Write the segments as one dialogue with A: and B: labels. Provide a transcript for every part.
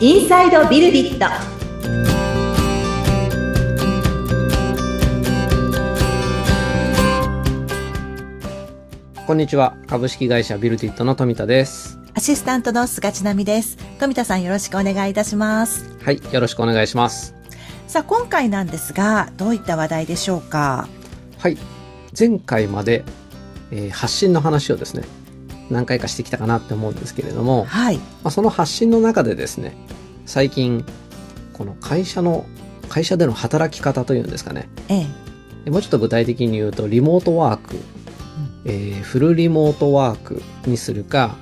A: インサイドビルディット
B: こんにちは。株式会社ビルティットの富田です。
C: アシスタントの菅千奈美です。富田さんよろしくお願いいたします。
B: はい。よろしくお願いします。
C: さあ、今回なんですが、どういった話題でしょうか
B: はい。前回まで、えー発信の話をですね、何回かしてきたかなって思うんですけれども、ま
C: はい。
B: あ、その発信の中でですね、最近、この会社の、会社での働き方というんですかね、
C: ええ。
B: でもうちょっと具体的に言うと、リモートワーク、えーフルリモートワークにするか、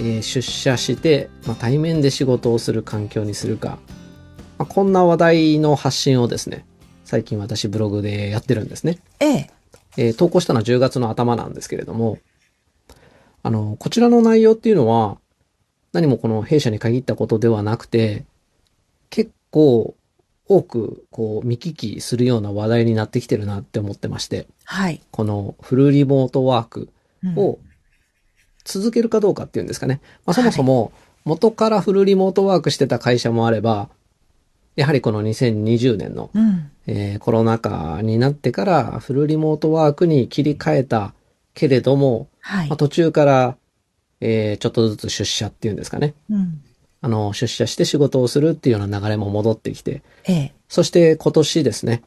B: えー出社して、まあ、対面で仕事をする環境にするか、まあ、こんな話題の発信をですね、最近私ブログでやってるんですね。
C: ええ。
B: えー投稿したのは10月の頭なんですけれども、あの、こちらの内容っていうのは、何もこの弊社に限ったことではなくて、結構多くこう見聞きするような話題になってきてるなって思ってまして、
C: はい。
B: このフルリモートワーク
C: うん
B: を続けるかどうかっていうんですかね。まあ、そもそも元からフルリモートワークしてた会社もあれば、やはりこの2020年の
C: うん。
B: えーコロナ禍になってからフルリモートワークに切り替えたけれども、
C: はい
B: まあ、。途中から、えーちょっとずつ出社っていうんですかね。
C: うん。
B: あの、出社して仕事をするっていうような流れも戻ってきて、
C: ええ。
B: そして今年ですね、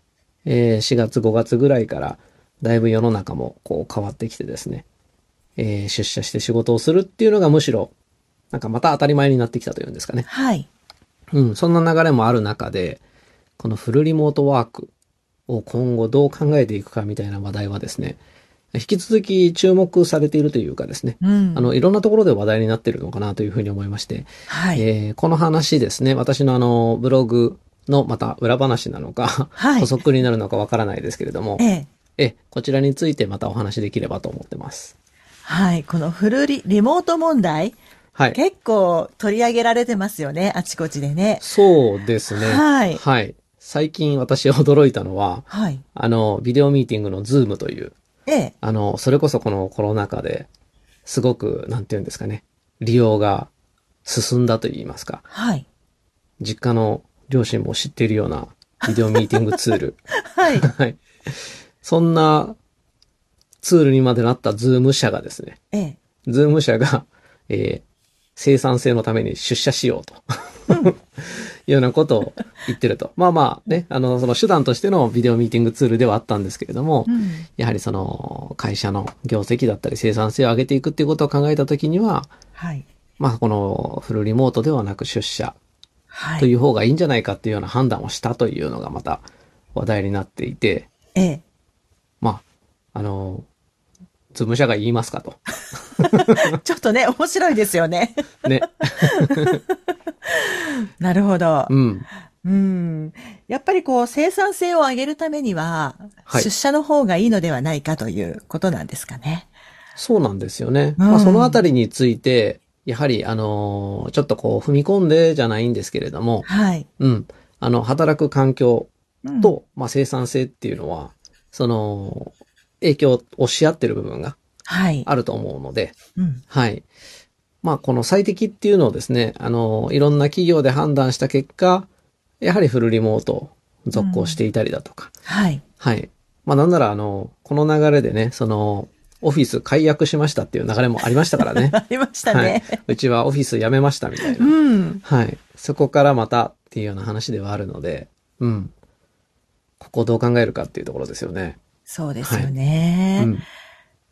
B: えー4月5月ぐらいから、だいぶ世の中もこう変わってきてですね、えー出社して仕事をするっていうのがむしろ、なんかまた当たり前になってきたというんですかね。
C: はい。
B: うん、そんな流れもある中で、このフルリモートワークを今後どう考えていくかみたいな話題はですね、引き続き注目されているというかですね、
C: うん。
B: あの、いろんなところで話題になっているのかなというふうに思いまして、
C: はい。
B: えーこの話ですね、私のあの、ブログのまた裏話なのか、
C: はい
B: 補足になるのかわからないですけれども、
C: ええ。
B: え、こちらについてまたお話しできればと思ってます。
C: はい。このフルリ、リモート問題、
B: はい。
C: 結構取り上げられてますよね。あちこちでね。
B: そうですね。
C: はい
B: はい。最近私驚いたのは、
C: はい。
B: あの、ビデオミーティングのズームという、
C: ええ。
B: あの、それこそこのコロナ禍ですごく、なんていうんですかね、利用が進んだと言いますか、
C: はい。
B: 実家の両親も知っているようなビデオミーティングツー ル。
C: はい。
B: はい。そんなツールにまでなったズーム社がですね、
C: ええ。
B: ズーム社が、えー生産性のために出社しようと。いう ようなことを言ってると。まあまあね、あの、その手段としてのビデオミーティングツールではあったんですけれども、
C: うん。
B: やはりその会社の業績だったり生産性を上げていくっていうことを考えたときには、
C: はい。
B: まあこのフルリモートではなく出社
C: はい。
B: という方がいいんじゃないかっていうような判断をしたというのがまた話題になっていて、
C: ええ。
B: まあ、あの、ズーム社が言いますかと。
C: ちょっとね、面白いですよ ね。
B: ね。
C: なるほど。
B: うん。
C: うん。やっぱりこう、生産性を上げるためには、
B: はい
C: 出社の方がいいのではないかということなんですかね。
B: そうなんですよね。
C: うん
B: まあそのあたりについて、やはりあの、ちょっとこう踏み込んでじゃないんですけれども、
C: はい。
B: うん。あの、働く環境
C: うん、
B: と、まあ、生産性っていうのは、その、影響をし合ってる部分が
C: はい。
B: あると思うので、
C: うん。
B: はい。まあ、この最適っていうのをですね、あの、いろんな企業で判断した結果、やはりフルリモートを続行していたりだとか、
C: はい。。
B: はい。まあ、なんなら、あの、この流れでね、その、オフィス解約しましたっていう流れもありましたからね
C: ありました
B: はい
C: ね。。
B: うちはオフィス辞めましたみたいな。
C: うん。
B: はい。そこからまたっていうような話ではあるので、うん。ここをどう考えるかっていうところですよね。
C: そうですよね。
B: うん。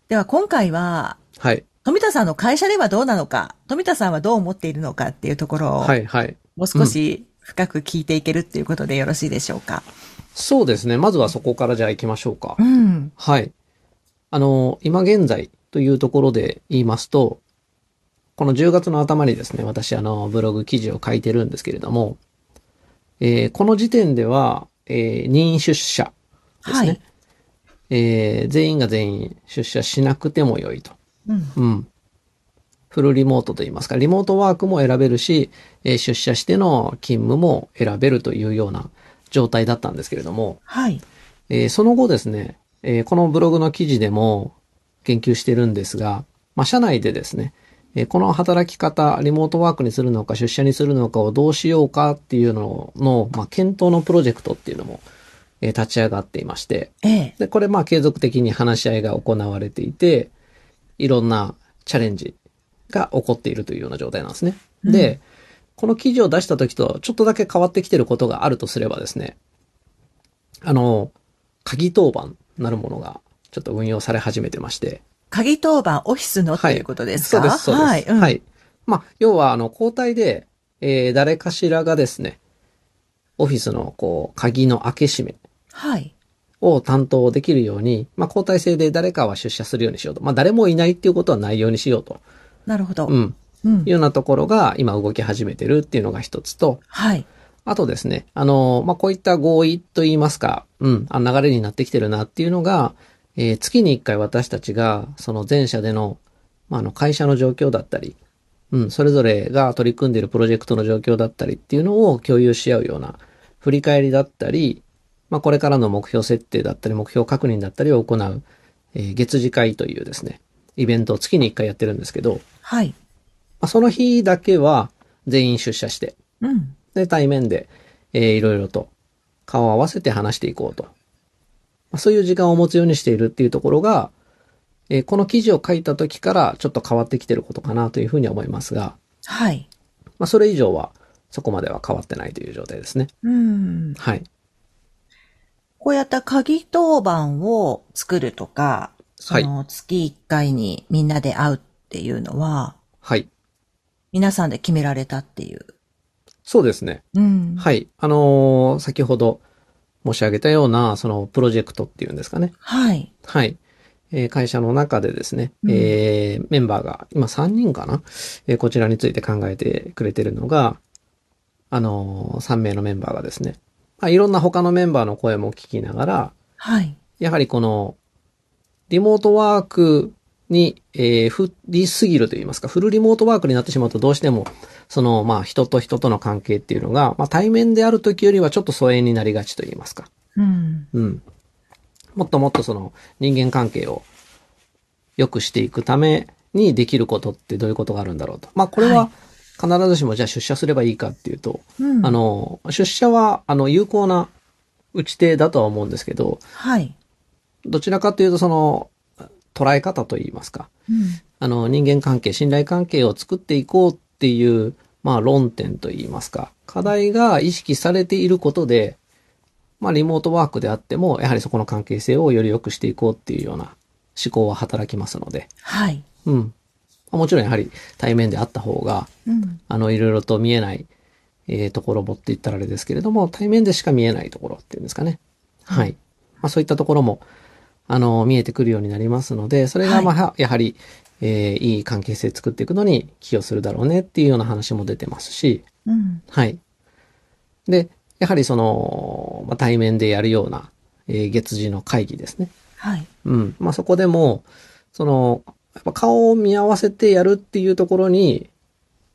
C: では、今回は、
B: はい。
C: 富田さんの会社ではどうなのか、富田さんはどう思っているのかっていうところを、
B: はい、はい。
C: もう少し深く聞いていけるっていうことでよろしいでしょうか。
B: そうですね。まずはそこからじゃあ行きましょうか。
C: うん。
B: はい。あの、今現在というところで言いますと、この10月の頭にですね、私あの、ブログ記事を書いてるんですけれども、えーこの時点では、えー任意出社ですね。
C: はい
B: えー全員が全員出社しなくても良いと。
C: うん。
B: うん。フルリモートといいますか、リモートワークも選べるし、えー出社しての勤務も選べるというような状態だったんですけれども、
C: はい。
B: えーその後ですね、えーこのブログの記事でも言及してるんですが、まあ、社内でですね、えーこの働き方、リモートワークにするのか、出社にするのかをどうしようかっていうのの、まあ、検討のプロジェクトっていうのも、えー立ち上がっていまして、
C: ええ。
B: で、これまあ継続的に話し合いが行われていて、いろんなチャレンジが起こっているというような状態なんですね。で、この記事を出した時とちょっとだけ変わってきてることがあるとすればですね、あの、鍵当番なるものがちょっと運用され始めてまして。
C: 鍵当番オフィスのということですか
B: そうです、そうです。
C: はい。うん
B: はい。まあ、要はあの、交代で、えー誰かしらがですね、オフィスのこう、鍵の開け閉め
C: はい。
B: を担当できるように、まあ、交代制で誰かは出社するようにしようと。まあ、誰もいないっていうことはないようにしようと。
C: なるほど。
B: うん。
C: うん
B: いうようなところが今動き始めてるっていうのが一つと、
C: はい。
B: あとですね、あの、まあ、こういった合意といいますか、うん、あ流れになってきてるなっていうのが、えー月に一回私たちが、その前社での、まあ、あの、会社の状況だったり、うん、それぞれが取り組んでいるプロジェクトの状況だったりっていうのを共有し合うような振り返りだったり、まあ、これからの目標設定だったり、目標確認だったりを行う、えー月次会というですね、イベントを月に一回やってるんですけど、ま
C: はい。
B: あ、その日だけは全員出社して、
C: うん。
B: で、対面で、えーいろいろと顔を合わせて話していこうと。まあそういう時間を持つようにしているっていうところが、えーこの記事を書いた時からちょっと変わってきてることかなというふうには思いますが、
C: はい。
B: まあ、それ以上はそこまでは変わってないという状態ですね。
C: うん。
B: はい。
C: こうやった鍵当番を作るとか、その月1回にみんなで会うっていうのは、
B: はい。
C: 皆さんで決められたっていう。
B: そうですね。
C: うん。
B: はい。あのー先ほど申し上げたような、そのプロジェクトっていうんですかね。
C: はい。
B: はい。えー会社の中でですね、
C: うん
B: えーメンバーが、今3人かな、えーこちらについて考えてくれてるのが、あのー3名のメンバーがですね、まあ、いろんな他のメンバーの声も聞きながら、
C: はい。
B: やはりこの、リモートワークに、えー振りすぎると言いますか、フルリモートワークになってしまうとどうしても、その、まあ、人と人との関係っていうのが、まあ、対面である時よりはちょっと疎遠になりがちと言いますか。
C: うん。
B: うん。もっともっとその人間関係を良くしていくためにできることってどういうことがあるんだろうと。まあこれ
C: はい
B: は必ずしもじゃあ出社すればいいかっていうと、
C: うん。
B: あ、の、出社はあの有効な打ち手だとは思うんですけど、
C: はい。
B: どちらかというとその捉え方といいますか、
C: うん。
B: あの人間関係、信頼関係を作っていこうっていう、まあ論点といいますか、課題が意識されていることで、まあリモートワークであっても、やはりそこの関係性をより良くしていこうっていうような思考は働きますので、
C: はい。
B: うん。まあもちろんやはり対面であった方が、
C: うん。
B: あの、いろいろと見えない、えーところを持って言ったらあれですけれども、対面でしか見えないところっていうんですかね。はい。まあ、そういったところも、あの、見えてくるようになりますので、それが、まあ、はやはり、えーいい関係性作っていくのに寄与するだろうねっていうような話も出てますし、
C: うん。
B: はい。で、やはりその、まあ、対面でやるような、えー月次の会議ですね。
C: はい。
B: うん。まあ、そこでも、その、やっぱ顔を見合わせてやるっていうところに、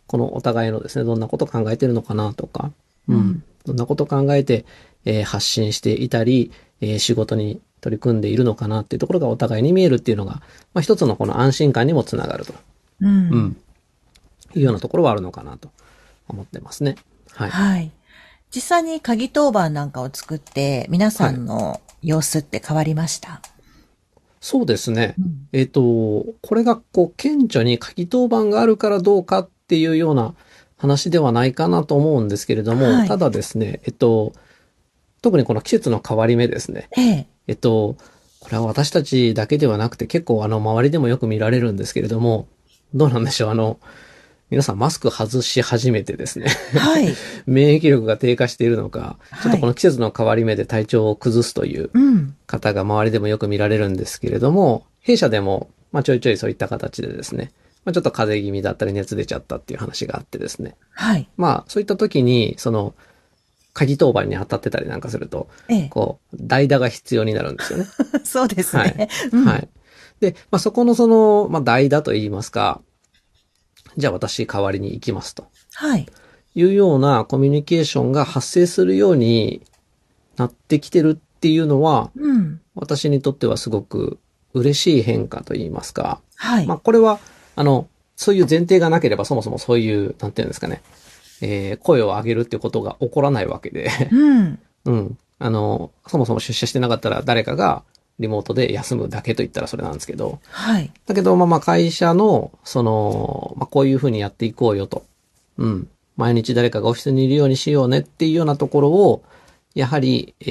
B: このお互いのですね、どんなこと考えてるのかなとか、うん。
C: うん
B: どんなこと考えて、えー発信していたり、えー仕事に取り組んでいるのかなっていうところがお互いに見えるっていうのが、まあ、一つのこの安心感にもつながると、
C: う。
B: うんん。いうようなところはあるのかなと思ってますね。はい。
C: はい。実際に鍵当番なんかを作って、皆さんの様子って変わりました。
B: そうですね。
C: うん
B: えっ、と、これがこう顕著に鍵当番があるからどうかっていうような話ではないかなと思うんですけれども、
C: はい
B: ただですね、えっと、特にこの季節の変わり目ですね。
C: ええ。
B: えっと、これは私たちだけではなくて結構あの周りでもよく見られるんですけれども、どうなんでしょうあの、皆さんマスク外し始めてですね、
C: はい。
B: 免疫力が低下しているのか、ちょっとこ
C: は
B: の季節の変わり目で体調を崩すという
C: うん。
B: 方が周りでもよく見られるんですけれども、弊社でも、まあ、ちょいちょいそういった形でですね、まあ、ちょっと風邪気味だったり熱出ちゃったっていう話があってですね。
C: はい。
B: まあ、そういった時に、その、鍵当番に当たってたりなんかすると、
C: ええ。
B: こう、代打が必要になるんですよね。
C: そうですね。うん
B: はい。で、まあ、そこのその、まあ、代打と言いますか、じゃあ私代わりに行きますと
C: はい。
B: いうようなコミュニケーションが発生するようになってきてるっていうのは、
C: うん。
B: 私にとってはすごく嬉しい変化といいますか、
C: はい
B: まあ。これは、あの、そういう前提がなければそもそもそういう、なんていうんですかね、えー声を上げるってことが起こらないわけで、
C: うん。
B: うん。あの、そもそも出社してなかったら誰かがリモートで休むだけと言ったらそれなんですけど、
C: はい。
B: だけど、まあまあ会社の、その、まあこういうふうにやっていこうよと。うん。毎日誰かがオフィスにいるようにしようねっていうようなところを、やはり、え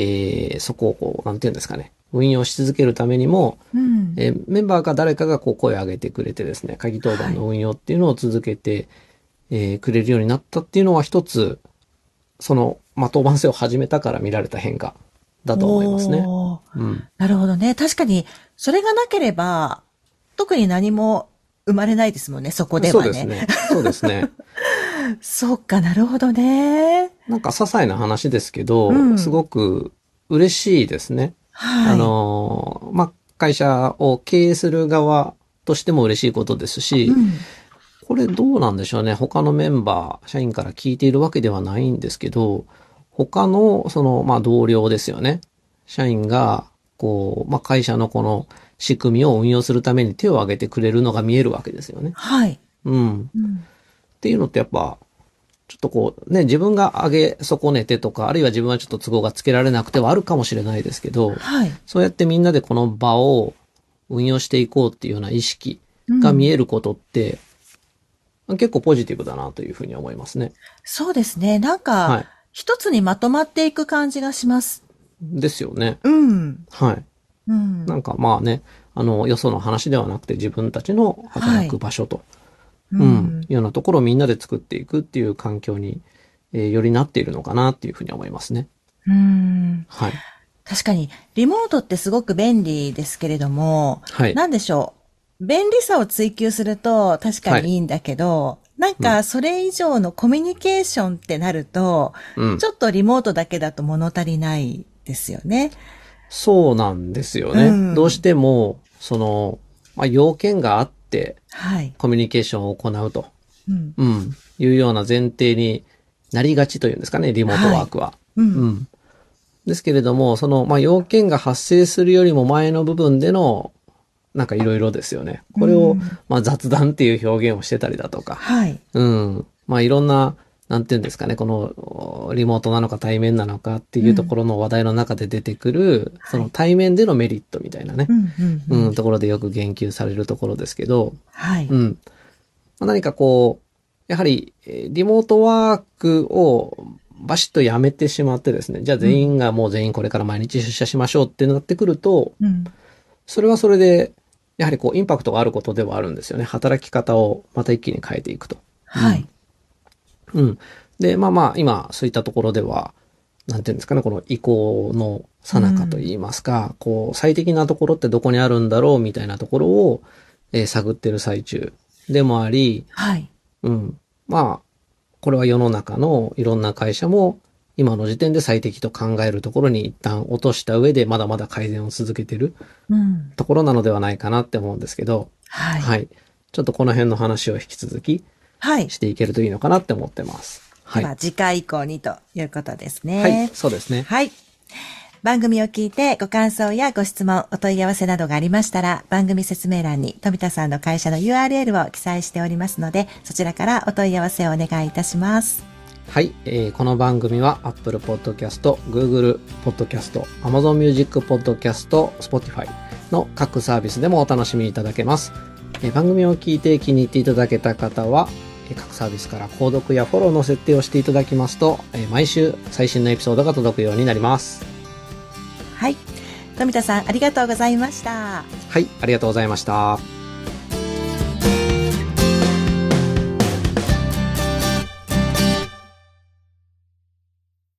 B: ー、そこをこう、なんていうんですかね。運用し続けるためにも、
C: うん。
B: えーメンバーが誰かがこう声を上げてくれてですね、鍵当番の運用っていうのを続けて、えーくれるようになったっていうのは一つ、その、まあ、当番制を始めたから見られた変化だと思いますね。
C: おー
B: うん。
C: なるほどね。確かに、それがなければ、特に何も生まれないですもんね、そこで
B: そう
C: は
B: です
C: ね。
B: ね。そうですね。
C: そうか、なるほどね。
B: なんか些細な話ですけど、
C: うん
B: すごく嬉しいですね。
C: はい。
B: あの、まあ、会社を経営する側としても嬉しいことですし、
C: うん、
B: これどうなんでしょうね。他のメンバー、社員から聞いているわけではないんですけど、他の、その、まあ、同僚ですよね。社員が、こう、まあ、会社のこの仕組みを運用するために手を挙げてくれるのが見えるわけですよね。
C: はい。
B: うん。
C: うん
B: っていうのってやっぱ、ちょっとこう、ね、自分が上げ損ねてとか、あるいは自分はちょっと都合がつけられなくてはあるかもしれないですけど、
C: はい。
B: そうやってみんなでこの場を運用していこうっていうような意識が見えることって、結構ポジティブだなというふうに思いますね。
C: そうですね。なんか、
B: はい
C: 一つにまとまっていく感じがします。
B: ですよね。
C: うん。
B: はい。
C: うん。
B: なんかまあね、あの、よその話ではなくて自分たちの働く場所と、
C: う
B: うん、
C: ん
B: いうようなところをみんなで作っていくっていう環境に、えーよりなっているのかなっていうふうに思いますね。
C: うん。
B: はい。
C: 確かに、リモートってすごく便利ですけれども、
B: はい。
C: なんでしょう。便利さを追求すると確かにいいんだけど、なんかそれ以上のコミュニケーションってなると、
B: うん
C: ちょっとリモートだけだと物足りないですよね。
B: そうなんですよね。
C: うん
B: どうしても、その、まあ、要件があって、
C: はい。
B: コミュニケーションを行うと、
C: うん。
B: うん、いうような前提になりがちというんですかね、リモートワークは。
C: うん。
B: うん。ですけれども、その、まあ、要件が発生するよりも前の部分での、なんかいろいろですよね。これを、
C: うん
B: まあ、雑談っていう表現をしてたりだとか、
C: はい。
B: うん。まあいろんな、なんていうんですかね、このおリモートなのか対面なのかっていうところの話題の中で出てくる、その対面でのメリットみたいなね
C: う、ん。うん。
B: うん、
C: うん
B: ところでよく言及されるところですけど、
C: はい。
B: うん。まあ何かこう、やはり、えーリモートワークをバシッとやめてしまってですね、じゃあ全員がもう全員これから毎日出社しましょうってなってくると、
C: うん。
B: それはそれで、やはりこうインパクトがあることではあるんですよね。働き方をまた一気に変えていくと。
C: はい。
B: うん。で、まあまあ、今、そういったところでは、なんていうんですかね、この移行の最中といいますか、こう、最適なところってどこにあるんだろうみたいなところを、えー探ってる最中でもあり、
C: はい。
B: うん。まあ、これは世の中のいろんな会社も、今の時点で最適と考えるところに一旦落とした上で、まだまだ改善を続けてる
C: うん。
B: ところなのではないかなって思うんですけど、
C: はい。
B: はい。ちょっとこの辺の話を引き続き
C: はい。
B: していけるといいのかなって思ってます。はい
C: で。は次回以降にということですね。
B: はい、そうですね。
C: はい。番組を聞いてご感想やご質問、お問い合わせなどがありましたら、番組説明欄に富田さんの会社の URL を記載しておりますので、そちらからお問い合わせをお願いいたします。
B: はい、えーこの番組は Apple Podcast、Google Podcast、Amazon Music Podcast、Spotify の各サービスでもお楽しみいただけます。えー番組を聞いて気に入っていただけた方は、えー各サービスから購読やフォローの設定をしていただきますと、えー毎週最新のエピソードが届くようになります。
C: はい。富田さん、ありがとうございました。
B: はい、ありがとうございました。